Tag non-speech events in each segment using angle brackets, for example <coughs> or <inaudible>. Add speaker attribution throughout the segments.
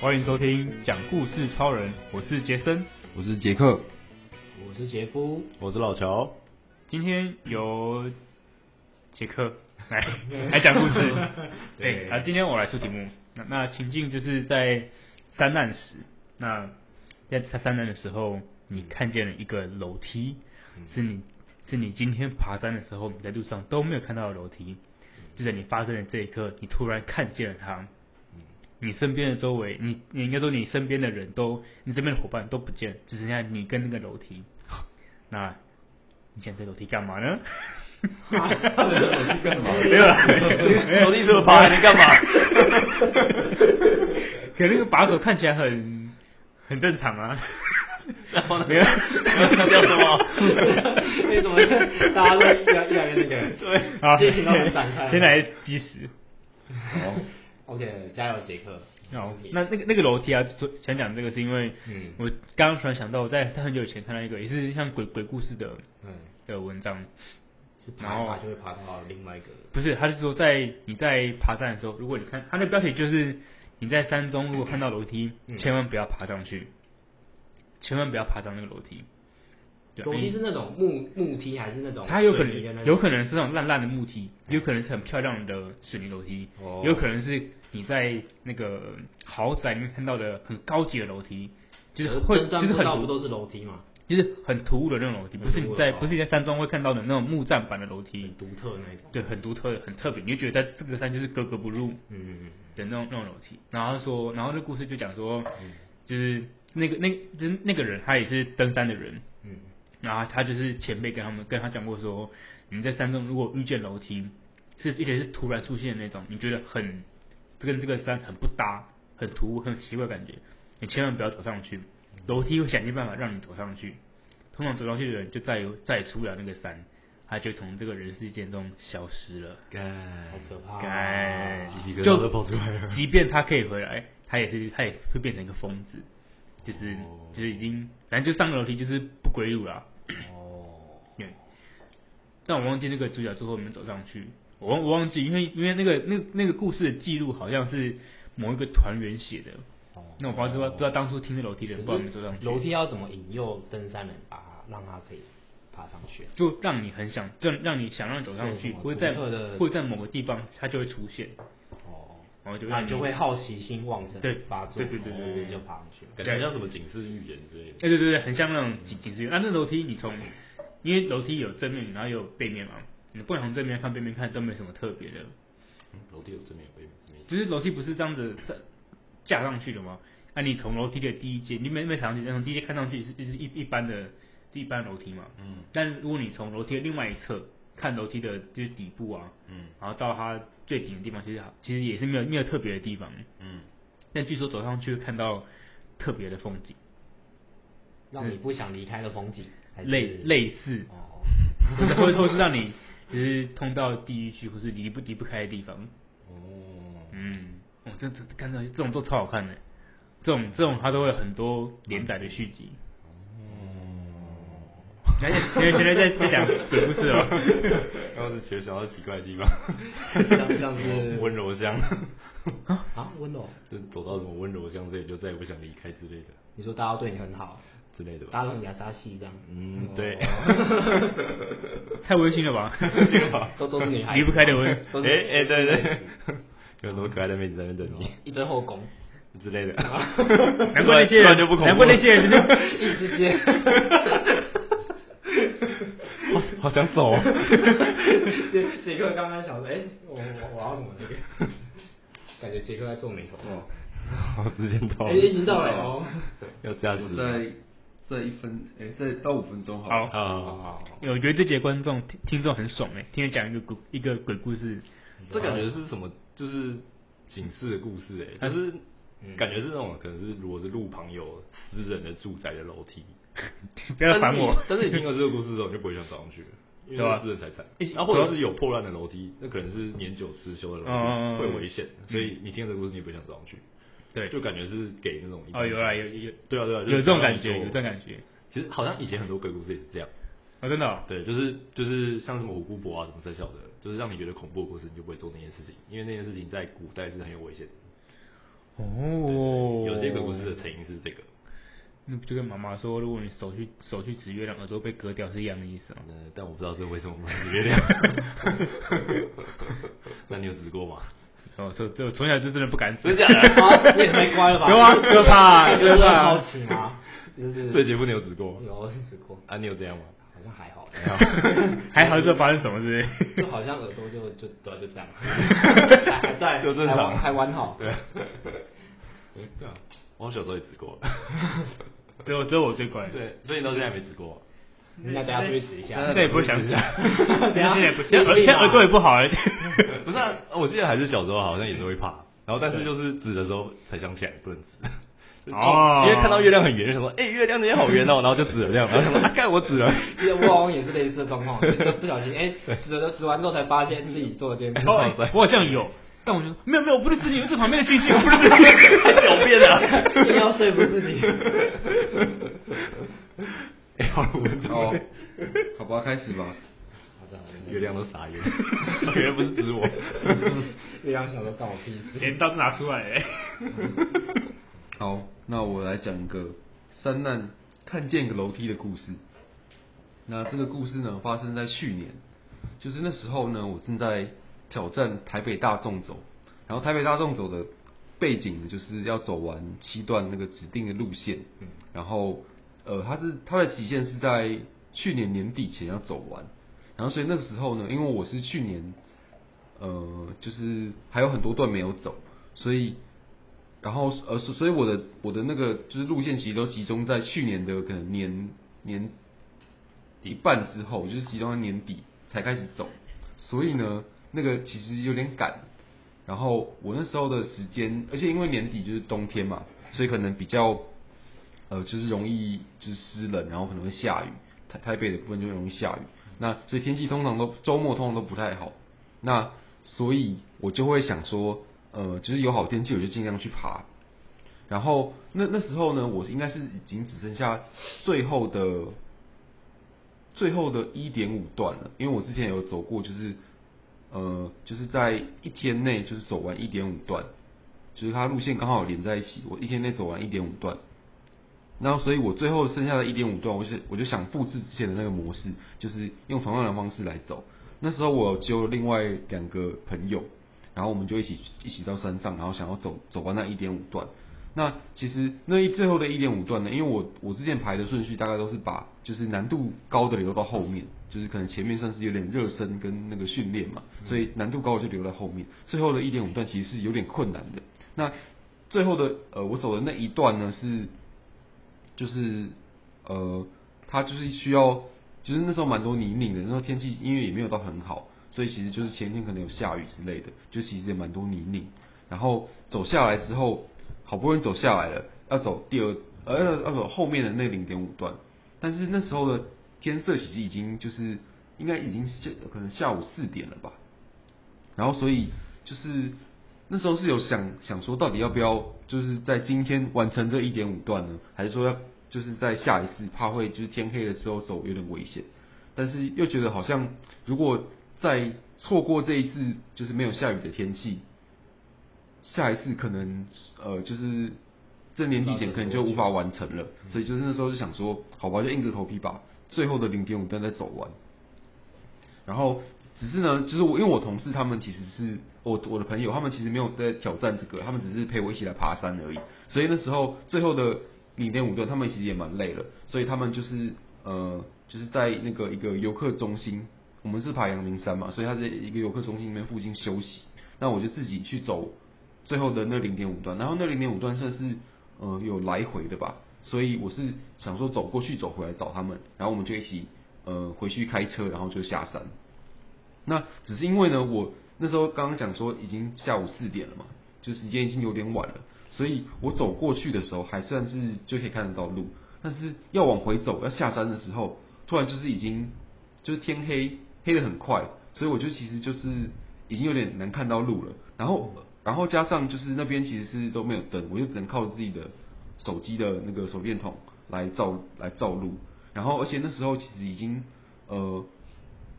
Speaker 1: 欢迎收听讲故事超人，我是杰森。
Speaker 2: 我是杰克，
Speaker 3: 我是杰夫，
Speaker 4: 我是老乔，
Speaker 1: 今天由杰克来来讲故事。对，啊，今天我来出题目。那那情境就是在三难时，那在三难的时候，你看见了一个楼梯，
Speaker 2: 嗯
Speaker 1: 是你是你今天爬山的时候你在路上都没有看到的楼梯，就在你发生的这一刻，你突然看见了它。
Speaker 2: 嗯
Speaker 1: 你身边的周围，你你应该说你身边的人都，你身边的伙伴都不见了，只剩下你跟那个楼梯。 <sighs> 那你现在在楼梯干嘛呢？
Speaker 4: 啊
Speaker 2: 我是干嘛？
Speaker 1: <laughs> 没有
Speaker 4: <laughs>
Speaker 1: 啦，
Speaker 4: 楼梯除了爬还能干
Speaker 1: 嘛？ <laughs> 可那个把手看起来很很正常啊。
Speaker 4: 然后呢？
Speaker 1: 没有
Speaker 4: <laughs>
Speaker 1: <laughs>
Speaker 4: 强调什么？
Speaker 3: 为什么大家都越来越来越那个？对
Speaker 1: 好，
Speaker 3: 剧情都很展开。
Speaker 1: 先来基石。
Speaker 2: 好，
Speaker 3: ，OK，加油，杰克。
Speaker 1: 哦，那那个那个楼梯啊，昨想讲这个是因为，
Speaker 3: 嗯
Speaker 1: 我刚刚突然想到，我在在很久以前看到一个也是像鬼鬼故事的
Speaker 3: 嗯，
Speaker 1: 的文章，
Speaker 3: 是爬一爬就会爬到另外一个。
Speaker 1: 不是，他是说在你在爬山的时候，如果你看他那标题就是你在山中如果看到楼梯，
Speaker 3: 嗯
Speaker 1: 千万不要爬上去，千万不要爬上那个楼梯。对啊
Speaker 3: 楼梯是那种木木梯还是那种
Speaker 1: 它有可
Speaker 3: 水泥的那
Speaker 1: 能
Speaker 3: 种
Speaker 1: 有可能是那种烂烂的木梯，有可能是很漂亮的水泥楼梯，
Speaker 3: 哦
Speaker 1: 有可能是你在那个豪宅里面看到的很高级的楼梯，就是会
Speaker 3: 呃登
Speaker 1: 就是
Speaker 3: 山步道不
Speaker 1: 很
Speaker 3: 都是楼梯吗？
Speaker 1: 就是很突兀的那种楼梯，不是你在
Speaker 3: 很突兀的哦
Speaker 1: 不是你在山中会看到的那种木栈板的楼梯
Speaker 3: 很，独特那一
Speaker 1: 嗯
Speaker 3: 种。嗯
Speaker 1: 对，很独特很特别，你就觉得在这个山就是格格不入
Speaker 3: 嗯，嗯
Speaker 1: 的那种那种楼梯。然后说，然后这故事就讲说，
Speaker 3: 嗯
Speaker 1: 就是那个那个就是那个人他也是登山的人，
Speaker 3: 嗯
Speaker 1: 然后他就是前辈跟他们跟他讲过说，你在山中如果遇见楼梯，是而且是突然出现的那种，你觉得很跟这个山很不搭、很突兀、很奇怪的感觉，你千万不要走上去，
Speaker 4: 嗯
Speaker 1: 楼梯会想尽办法让你走上去。通常走上去的人就再也再也出不了那个山，他就从这个人世间中消失了。
Speaker 3: 嗯，
Speaker 2: 干
Speaker 3: 好可怕啊。
Speaker 1: 该
Speaker 4: 鸡皮疙瘩
Speaker 1: 就
Speaker 4: 都跑出来了
Speaker 1: 即便他可以回来，他也是他也会变成一个疯子，就是、
Speaker 4: 哦
Speaker 1: 就是已经反正就上个楼梯就是不归路了。
Speaker 3: 哦，
Speaker 1: 对，但我忘记那个主角最后有没有走上去，我忘我忘记，因为因为那个那那个故事的记录好像是某一个团员写的，那我不知道不知道不知道当初听的楼梯的人不知道有没有走上去，
Speaker 3: 哦楼梯要怎么引诱登山人，把他让他可以爬上去啊？
Speaker 1: 就让你很想让让你想让你走上
Speaker 3: 这有
Speaker 1: 去，
Speaker 3: 什么
Speaker 1: 或者在
Speaker 3: 独特的
Speaker 1: 或者在某个地方它就会出现，
Speaker 3: 哦，
Speaker 1: 然后就
Speaker 3: 那
Speaker 1: 让
Speaker 3: 你就会好奇心旺盛，
Speaker 1: 对
Speaker 3: 发作，
Speaker 1: 对对对对对
Speaker 3: 哦就爬上去了。
Speaker 4: 感觉很像什么警示预言之类
Speaker 1: 哎、
Speaker 4: 的。
Speaker 1: 对对对，很像那种警警示员。啊那、那楼梯你从，因为楼梯有正面，然后有背面嘛，你不管从正面看、背面看都没什么特别的。
Speaker 4: 嗯楼梯有正面有背面，正面
Speaker 1: 就是楼梯不是这样子上架上去的吗？那、你从楼梯的第一阶，你没没上去，从第一阶看上去是是一一般的一般楼梯嘛。
Speaker 4: 嗯。
Speaker 1: 但如果你从楼梯的另外一侧看楼梯的就是底部啊，
Speaker 4: 嗯
Speaker 1: 然后到它最顶的地方，其实其实也是没有没有特别的地方。
Speaker 4: 嗯，
Speaker 1: 但据说走上去会看到特别的风景，
Speaker 3: 让你不想离开的风景，还是
Speaker 1: 类类似
Speaker 3: 哦，
Speaker 1: 或者 <laughs> 或者说是让你就是通到地狱去，或是离不离不开的地方。
Speaker 4: 哦，
Speaker 1: 嗯，我、这这看到这种都超好看的，这种这种它都会有很多连载的续集。哦，而
Speaker 4: 哎
Speaker 1: 且因为现在在在讲鬼故事哦，
Speaker 4: <laughs> 然后就觉得想到奇怪的地方，
Speaker 3: 嗯像
Speaker 4: <laughs>
Speaker 3: 像是
Speaker 4: 温柔乡，
Speaker 3: 啊温柔，
Speaker 4: 就走到什么温柔乡这里就再也不想离开之类的
Speaker 3: 你说大家对你很好，
Speaker 4: 之类的吧。
Speaker 3: 大家都很牙杀系这样，
Speaker 4: 嗯
Speaker 3: 哦，
Speaker 4: 对，
Speaker 1: 太温馨了
Speaker 4: <laughs>
Speaker 1: 吧？
Speaker 3: 哦
Speaker 1: <laughs>
Speaker 3: 都都是女孩子，
Speaker 1: 离不开的温。
Speaker 3: 都
Speaker 4: 哎
Speaker 3: 是哦
Speaker 4: 哎对对，有很多可爱的妹子在那边等
Speaker 3: 一堆后宫，
Speaker 4: 你之类的，
Speaker 3: 哦
Speaker 1: 难怪那些
Speaker 4: 突然就不
Speaker 1: 人，
Speaker 4: 恐
Speaker 1: 难
Speaker 4: 怖
Speaker 1: 怪那些人就
Speaker 3: 一直接，
Speaker 4: <laughs> 好好想
Speaker 3: <laughs>
Speaker 4: 走哦。
Speaker 3: 杰杰克刚刚想说，哎，我我我要怎么那个？感觉杰克在做美头，
Speaker 1: 哦
Speaker 4: 好，时间到
Speaker 3: 哎，
Speaker 4: 了，
Speaker 3: 已经到了哦，
Speaker 4: 要加时
Speaker 2: 我。在在一分，哎，再到五分钟好了。
Speaker 1: 好。
Speaker 4: 啊，
Speaker 1: 我觉得这节观众听听众很爽哎，听人讲一个鬼一个鬼故
Speaker 4: <laughs>
Speaker 1: 事，
Speaker 4: 这
Speaker 1: 啊
Speaker 4: 感觉是什么？就是警示的故事哎、就是
Speaker 1: 嗯
Speaker 4: 感觉是那种可能是如果是路旁有私人的住宅的楼梯，
Speaker 1: 不要烦我。
Speaker 4: 但是你但是你听了这个故事之后，你就不会想走上去了。因
Speaker 1: 对
Speaker 4: 为
Speaker 1: 啊
Speaker 4: 是私人财产
Speaker 1: 一起，
Speaker 4: 然后或者是有破烂的楼梯，那可能是年久失修的楼
Speaker 1: 嗯嗯嗯
Speaker 4: 梯，会危险，所以你听了这个故事，你也不会想走上去。
Speaker 1: 对
Speaker 4: 就感觉是给那种一般
Speaker 1: 哦有啦有有
Speaker 4: 对啊对啊，就是
Speaker 1: 有这种
Speaker 4: 让你
Speaker 1: 感觉，
Speaker 4: 做
Speaker 1: 有这种感觉。
Speaker 4: 其实好像以前很多鬼故事也是这样，
Speaker 1: 啊，真的哦
Speaker 4: 对，就是就是像什么虎姑婆啊什么这小的，就是让你觉得恐怖的故事，你就不会做那件事情，因为那件事情在古代是很有危险的。
Speaker 1: 哦，
Speaker 4: 有些鬼故事的成因是这个，
Speaker 1: 那不嗯就跟妈妈说，如果你手去手去指月亮，耳朵被割掉是一样的意思吗？
Speaker 4: 呃，但我不知道这为什么不是月亮。那你有指过吗？
Speaker 1: 哦，这这我从小就真的不敢指，
Speaker 3: 真的假 <laughs> 的？啊，你也太乖了
Speaker 1: <laughs>
Speaker 3: 吧？
Speaker 1: 有啊可
Speaker 3: <laughs>
Speaker 1: 怕
Speaker 3: 你就是
Speaker 1: 可怕
Speaker 3: 好奇吗？就是
Speaker 4: 这节目你有指过吗？
Speaker 3: 有 <laughs> 吃过，
Speaker 4: 啊，你有这样吗？
Speaker 3: 好像还
Speaker 4: <laughs>
Speaker 3: 好，
Speaker 1: <laughs> 还好这发生什么事？
Speaker 3: 就好像耳朵就就对啊，就
Speaker 4: <laughs>
Speaker 3: 这样，还还在
Speaker 4: 就正常
Speaker 3: 还完还完好， <laughs>
Speaker 4: 对，对啊，我小时候也指过。
Speaker 1: 只有只有我最乖，，
Speaker 4: 对，所以你到现在没指过。
Speaker 3: 那等下出去指一下，
Speaker 1: 那也不会想指，
Speaker 3: 等一
Speaker 1: 现
Speaker 3: 下
Speaker 1: 在也不现在耳现在耳朵也不好哎，
Speaker 4: 不是、啊，我记得还是小时候好像也是会怕，然后但是就是指的时候才想起来不能指。
Speaker 1: 哦
Speaker 4: 因为看到月亮很圆，就想说，哎、月亮那边好圆哦，然后就指了这样，然后想说，啊，干我指了，
Speaker 3: 记得我好像也是类似的状
Speaker 4: <laughs>
Speaker 3: 况，就是不小心哎，指了指完之后才发现自己做了这件
Speaker 4: <laughs>
Speaker 3: 事，
Speaker 1: 哦，哎我好像有，但我就说没有没有，我不是指你，我是旁边的星星，我不是指你，
Speaker 4: 太狡辩了。
Speaker 3: 一定要说服自
Speaker 4: <laughs>
Speaker 3: 己。
Speaker 4: 哎、好了，我们怎么
Speaker 2: 好
Speaker 4: 会、，
Speaker 2: 好吧，开始吧。
Speaker 3: 好的好的，
Speaker 4: 月亮都傻眼， <laughs> 月亮不是指我。
Speaker 3: 月亮想说干我屁事，
Speaker 1: 镰刀都拿出来哎，
Speaker 2: 好，那我来讲一个三难看见一个楼梯的故事。那这个故事呢，发生在去年，就是那时候呢，我正在挑战台北大众走，然后台北大众走的背景呢，就是要走完七段那个指定的路线，然后呃，它是它的期限是在去年年底前要走完，然后所以那个时候呢，因为我是去年呃，就是还有很多段没有走，所以然后呃，所所以我的我的那个就是路线其实都集中在去年的可能年年一半之后，就是集中在年底才开始走，所以呢，那个其实有点赶。然后我那时候的时间，而且因为年底就是冬天嘛，所以可能比较呃，就是容易就是湿冷，然后可能会下雨。台台北的部分就容易下雨，那所以天气通常都周末通常都不太好。那所以我就会想说，呃，就是有好天气我就尽量去爬。然后那那时候呢，我应该是已经只剩下最后的最后的一点五段了，因为我之前有走过，就是呃，就是在一天内就是走完一点五段，就是它路线刚好连在一起，我一天内走完一点五段。然后，所以我最后剩下的一点五段，我就是我就想复制之前的那个模式，就是用同样的方式来走。那时候我有揪另外两个朋友，然后我们就一起一起到山上，然后想要走走完那一点五段。那其实那一最后的一点五段呢，因为我我之前排的顺序大概都是把就是难度高的留到后面，就是可能前面算是有点热身跟那个训练嘛，所以难度高的就留在后面。最后的一点五段其实是有点困难的。那最后的呃，我走的那一段呢是就是呃，它就是需要，就是那时候蛮多泥泞的，那时候天气因为也没有到很好，所以其实就是前一天可能有下雨之类的，就其实也蛮多泥泞。然后走下来之后，好不容易走下来了，要走第二，呃，要要走后面的那零点五段，但是那时候的天色其实已经就是应该已经下可能下午四点了吧，然后所以就是那时候是有想想说，到底要不要就是在今天完成这一点五段呢？还是说要就是在下一次怕会就是天黑了之后走有点危险？但是又觉得好像如果再错过这一次就是没有下雨的天气，下一次可能呃就是这年底前可能就无法完成了，所以就是那时候就想说，好吧，就硬着头皮把最后的零点五段再走完。然后只是呢，就是我因为我同事他们其实是我我的朋友，他们其实没有在挑战这个，他们只是陪我一起来爬山而已。所以那时候最后的零点五段，他们其实也蛮累了，所以他们就是呃，就是在那个一个游客中心，我们是爬阳明山嘛，所以他在一个游客中心里面附近休息。那我就自己去走最后的那零点五段，然后那零点五段算是呃有来回的吧，所以我是想说走过去走回来找他们，然后我们就一起呃回去开车，然后就下山。那只是因为呢，我那时候刚刚讲说已经下午四点了嘛，就时间已经有点晚了，所以我走过去的时候还算是就可以看得到路，但是要往回走要下山的时候，突然就是已经就是天黑黑的很快，所以我就其实就是已经有点难看到路了，然后然后加上就是那边其实是都没有灯，我就只能靠自己的手机的那个手电筒来照来照路，然后而且那时候其实已经呃，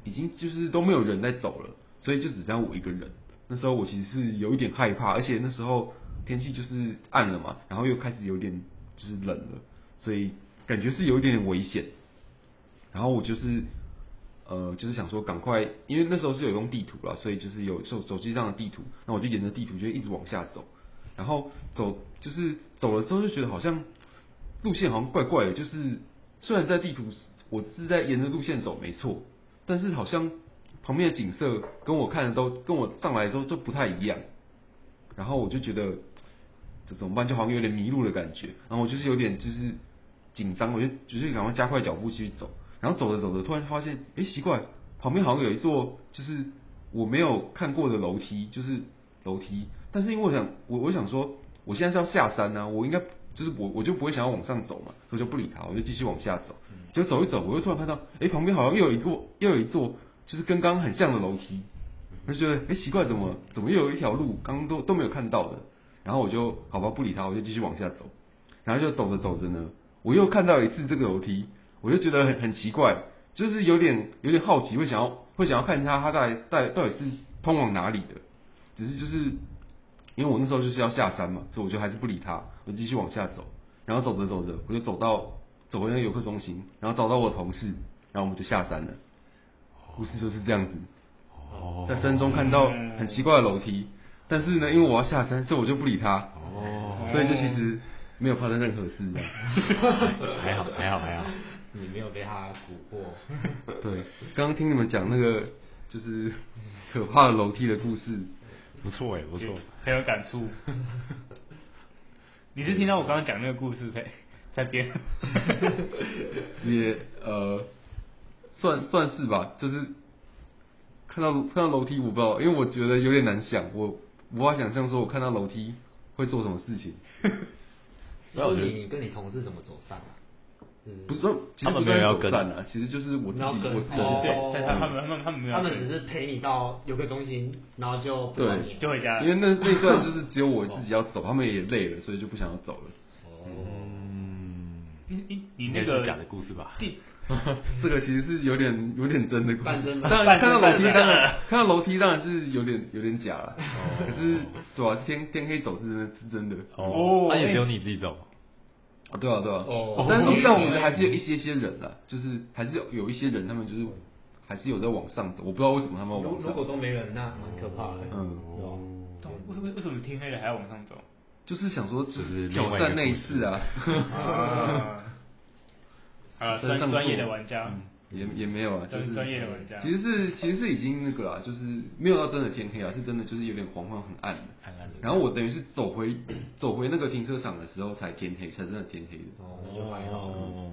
Speaker 2: 已经就是都没有人在走了，所以就只剩下我一个人。那时候我其实是有一点害怕，而且那时候天气就是暗了嘛，然后又开始有点就是冷了，所以感觉是有一点点危险。然后我就是呃，就是想说赶快，因为那时候是有用地图啦，所以就是有手手机上的地图，那我就沿着地图就一直往下走，然后走就是走了之后就觉得好像路线好像怪怪的，就是虽然在地图我是在沿着路线走没错，但是好像旁边的景色跟我看的都跟我上来的时候都不太一样，然后我就觉得这怎么办，就好像有点迷路的感觉，然后我就是有点就是紧张，我就就是赶快加快脚步继续走。然后走着走着，突然发现，哎，奇怪，旁边好像有一座就是我没有看过的楼梯，就是楼梯。但是因为我想，我我想说，我现在是要下山呢、我应该就是我我就不会想要往上走嘛，所以我就不理他，我就继续往下走。结果走一走，我又突然看到，哎，旁边好像又有一座又有一座就是跟刚刚很像的楼梯，我就觉得，哎，奇怪，怎么怎么又有一条路，刚刚都都没有看到的。然后我就好吧，不理他，我就继续往下走。然后就走着走着呢，我又看到一次这个楼梯，我就觉得很很奇怪，就是有点有点好奇，会想要会想要看一下它到底到底到底是通往哪里的。只是就是因为我那时候就是要下山嘛，所以我就还是不理他，我继续往下走。然后走着走着，我就走到走回那个游客中心，然后找到我的同事，然后我们就下山了。故事就是这样子。
Speaker 4: 哦
Speaker 2: 在山中看到很奇怪的楼梯，但是呢，因为我要下山，所以我就不理他，
Speaker 4: 哦，
Speaker 2: 所以就其实没有发生任何
Speaker 4: <laughs>
Speaker 2: 事这样。
Speaker 4: <laughs> 还好还好还好，
Speaker 3: 你没有被他蛊惑，
Speaker 2: 对，刚刚听你们讲那个就是可怕的楼梯的故事，
Speaker 4: 不错哎，不错，
Speaker 1: 很有感触。你是听到我刚刚讲那个故事才才编？
Speaker 2: 也呃算算是吧，就是看到看到楼梯，我不知道，因为我觉得有点难想，我无法想象说我看到楼梯会做什么事情。
Speaker 4: <laughs> 那我觉得
Speaker 3: 你跟你同事怎么走散啊？嗯
Speaker 2: 不是说，其实
Speaker 4: 他
Speaker 2: 不
Speaker 4: 们
Speaker 2: 是
Speaker 4: 没有要
Speaker 2: 走
Speaker 4: 跟
Speaker 2: 散啊，其实就是我自己
Speaker 3: 然后跟
Speaker 2: 我自己
Speaker 3: 哦
Speaker 2: 去走
Speaker 1: 对，但他们他们他们没有
Speaker 3: 他
Speaker 1: 要
Speaker 3: 们
Speaker 1: 跟
Speaker 3: 只是陪你到游客中心，然后就不管你
Speaker 1: 就
Speaker 3: 了。
Speaker 1: 回家
Speaker 2: 因
Speaker 1: 了
Speaker 2: 为。那那段就是只有我自己要走，他们也累了，所以就不想要走了。
Speaker 3: 哦，
Speaker 4: 嗯，
Speaker 1: 你你你
Speaker 4: 应
Speaker 1: 那
Speaker 4: 该
Speaker 1: 个
Speaker 4: 是假的故事吧？
Speaker 1: 地
Speaker 2: 这个其实是有点有点真的故事
Speaker 3: 半真，半
Speaker 2: 当然
Speaker 1: 半
Speaker 2: 看到楼梯
Speaker 1: 真
Speaker 2: 当然看到楼梯当然是有点有点假了， <laughs> 可是对吧、天天黑走是真的是真的
Speaker 1: 哦
Speaker 4: 那也
Speaker 1: 哎
Speaker 4: 只有你自己走，
Speaker 2: 啊，对啊对啊，
Speaker 3: 哦
Speaker 2: 但
Speaker 3: 哦
Speaker 2: 是但我们还是有一些些人啦，就是还是有有一些人他们就是还是有在往上走，我不知道为什么他们要
Speaker 3: 如
Speaker 2: 往
Speaker 3: 如果
Speaker 2: 上，
Speaker 3: 都没人，那很可怕的。
Speaker 2: 嗯
Speaker 3: 对吧，
Speaker 1: 为为为什么天黑了还要往上走？
Speaker 2: 就是想说
Speaker 4: 这是另外
Speaker 2: 挑
Speaker 4: 一个
Speaker 2: 战那一次啊，
Speaker 1: 啊，
Speaker 2: <laughs>
Speaker 1: 啊，
Speaker 2: 身
Speaker 1: 专
Speaker 2: 上
Speaker 1: 专业
Speaker 2: 做
Speaker 1: 的玩家，
Speaker 2: 嗯也也没有啊，就
Speaker 1: 专
Speaker 2: 是
Speaker 1: 专业的玩家
Speaker 2: 其实是其实是已经那个啦，就是没有到真的天黑啊，是真的就是有点黄昏很暗的。
Speaker 4: 暗暗的
Speaker 2: 然后我等于是走回 <coughs> 走回那个停车场的时候才天黑，才真的天黑的。
Speaker 3: 哦，那就还好。
Speaker 4: 哦，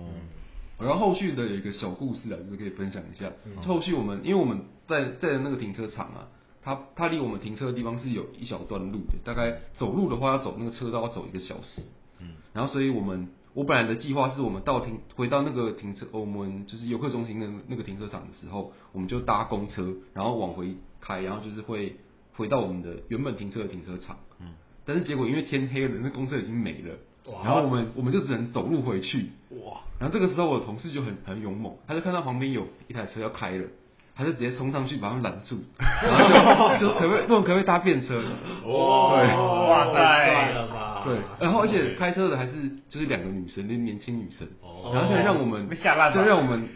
Speaker 2: 然后后续的有一个小故事啊，就是可以分享一下。后续我们因为我们在在那个停车场啊，它它离我们停车的地方是有一小段路的，大概走路的话要走那个车道要走一个小时。
Speaker 4: 嗯，
Speaker 2: 然后所以我们我本来的计划是我们到停回到那个停车，我们就是游客中心的那个停车场的时候，我们就搭公车，然后往回开，然后就是会回到我们的原本停车的停车场。嗯，但是结果因为天黑了，那公车已经没了，然后我们我们就只能走路回去。
Speaker 4: 哇，
Speaker 2: 然后这个时候我的同事就很很勇猛，他就看到旁边有一台车要开了，他就直接冲上去把他们拦住，然后就就可不可以问可不可以搭便车？
Speaker 1: 对哦哇塞
Speaker 3: 帅了吧？
Speaker 1: 啊
Speaker 2: 对，然后而且开车的还是就是两个女生，年年轻女生，
Speaker 4: 哦
Speaker 2: 然后就让我们
Speaker 1: 被吓烂了
Speaker 2: 就让我们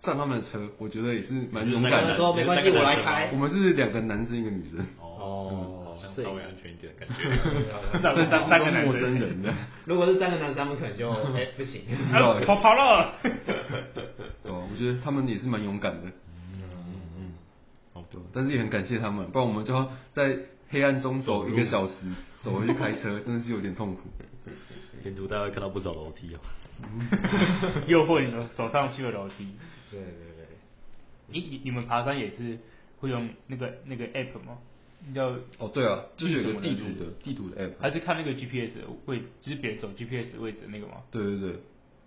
Speaker 2: 上他们的车，我觉得也是蛮勇敢
Speaker 3: 他们
Speaker 2: 的。
Speaker 3: 说没关系，我来开
Speaker 2: 我。们是两个男生一个女生，
Speaker 1: 哦
Speaker 4: 哦，好像稍微安全一点的感觉。
Speaker 1: 三
Speaker 2: 但是
Speaker 1: 三三个
Speaker 2: 都是
Speaker 1: 男
Speaker 2: 陌生
Speaker 1: 生，
Speaker 2: 人的，
Speaker 3: 如果是三个男生，他们可能就哎不行。
Speaker 1: 啊跑跑
Speaker 2: <laughs>
Speaker 1: 了。
Speaker 2: 对吧？我觉得他们也是蛮勇敢的，
Speaker 1: 嗯
Speaker 4: 好
Speaker 2: 对吧，但是也很感谢他们，不然我们就要在黑暗中走一个小时，走回去开
Speaker 1: <laughs>
Speaker 2: 车，真的是有点痛苦。
Speaker 4: 沿途大概看到不少楼梯哦。
Speaker 1: 诱惑你走走上去的楼梯。
Speaker 3: 对对
Speaker 1: 你你你们爬山也是会用那个那个 app 吗？叫
Speaker 2: 哦，对啊，就是有个地
Speaker 1: 是什
Speaker 2: 图
Speaker 1: 么
Speaker 2: 的地图的 app，
Speaker 1: 还是看那个 GPS 的位，就是别人走 GPS 的位置的那个吗？
Speaker 2: 对对对，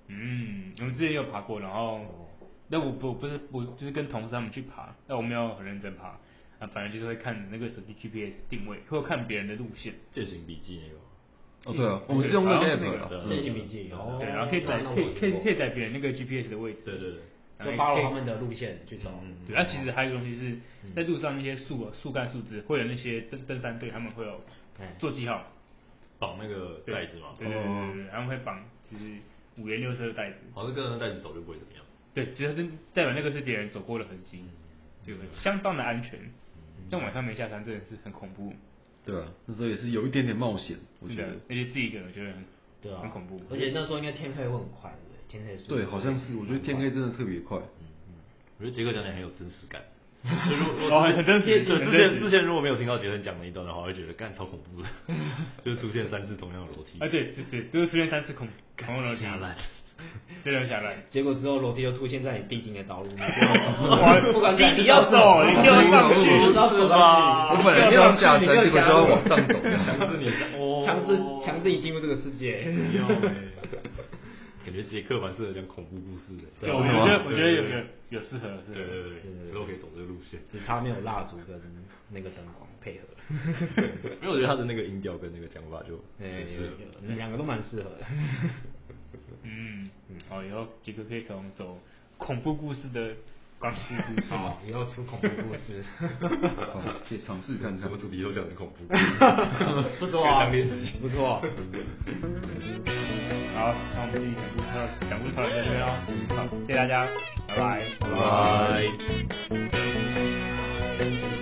Speaker 1: 嗯，我们之前有爬过，然
Speaker 3: 哦
Speaker 1: 后，但我不我不是我就是跟同事他们去爬，但我没有很认真爬，啊，反正就是会看那个手机 GPS 定位，或看别人的路线，
Speaker 4: 践行笔记那个吗，
Speaker 2: 哦对
Speaker 1: 嗯
Speaker 2: 啊，我们是用那个 app 啦
Speaker 4: 对啊
Speaker 3: 对，这一笔记哦。
Speaker 1: 对，然后可以载
Speaker 3: 那我
Speaker 1: 可以可以可以载别人那个 GPS 的位置，
Speaker 4: 对对对，
Speaker 1: 然后
Speaker 3: 就
Speaker 1: 也
Speaker 3: follow
Speaker 1: 可以嗯
Speaker 3: 他们的路线去走。
Speaker 1: 对，那、其实还有一个东西是
Speaker 3: 嗯
Speaker 1: 在路上那些树啊、树干、树枝，会有那些登登山队，他们会有
Speaker 3: 哎
Speaker 1: 做记号，
Speaker 4: 绑那个
Speaker 1: 对
Speaker 4: 袋子嘛，
Speaker 1: 对对对
Speaker 3: 哦
Speaker 1: 对对，他们会绑就是五颜六色的袋子，
Speaker 4: 好像跟着哦袋子走就不会怎么样。
Speaker 1: 对，只是代表那个是别人走过的痕迹，对，相当的安全。但晚上没下山真的是很恐怖，
Speaker 2: 对吧、那时候也是有一点点冒险，我
Speaker 1: 是啊
Speaker 2: 觉得
Speaker 1: 的，。而且自己一个人我觉得很
Speaker 3: 对啊，
Speaker 1: 很恐怖。
Speaker 3: 而且那时候应该天黑会很快，对不对天黑速度
Speaker 2: 对，好像是，我觉得天黑真的特别快。
Speaker 4: 我觉得杰克讲的很有真实感。就如如
Speaker 1: 哦很真实
Speaker 4: 之前
Speaker 1: 很
Speaker 4: 之
Speaker 1: 真
Speaker 4: 前
Speaker 1: 实
Speaker 4: 之前如果没有听到杰伦讲那一段的话，我会觉得干超恐
Speaker 1: <laughs>
Speaker 4: 怖的，就是出现三次同样的楼梯，
Speaker 1: 啊，对对对，就是出现三次恐恐龙楼梯
Speaker 4: 下，来，
Speaker 1: <laughs> 真的下来。
Speaker 3: 结果之后楼梯又出现在你必经的道路，
Speaker 1: <laughs> 哇
Speaker 3: 不管
Speaker 1: 你你要
Speaker 3: <laughs>
Speaker 1: 走，你就要上去，
Speaker 3: 不知道怎么上
Speaker 2: 我
Speaker 3: 去
Speaker 2: 本来是要下山，
Speaker 3: 你没有
Speaker 2: 结果就
Speaker 3: 下
Speaker 2: 要
Speaker 3: 路
Speaker 2: 往上走。
Speaker 4: 强制你哦，
Speaker 3: 强制强制你进入这个世界。
Speaker 1: 哎
Speaker 4: 要欸感觉杰克蛮适合讲恐怖故事的，
Speaker 1: <laughs> 对，我觉得我觉得有有有适合，
Speaker 4: 对对对
Speaker 3: 啊对对
Speaker 4: 对，之后可以走这个路线。
Speaker 3: 只差没有蜡烛跟那个灯光配合，
Speaker 1: <laughs>
Speaker 4: 因为我觉得他的那个音调跟那个讲法就
Speaker 3: 哎
Speaker 4: 很适合，
Speaker 3: 两个都蛮适合的。
Speaker 1: 嗯，好，以后杰哥可以从走恐怖故事的广西故事。
Speaker 3: <laughs> 好，以后出恐怖故事，
Speaker 2: <laughs> 好，可以尝试看看
Speaker 4: 什么。主题都讲得很恐怖。
Speaker 3: <laughs>
Speaker 4: <laughs>
Speaker 3: 不错啊
Speaker 4: 可以当练习，
Speaker 3: 不错。
Speaker 1: 好，那我们这期讲故事到讲故事到这边哦。好，谢谢大家，拜拜，拜
Speaker 4: 拜。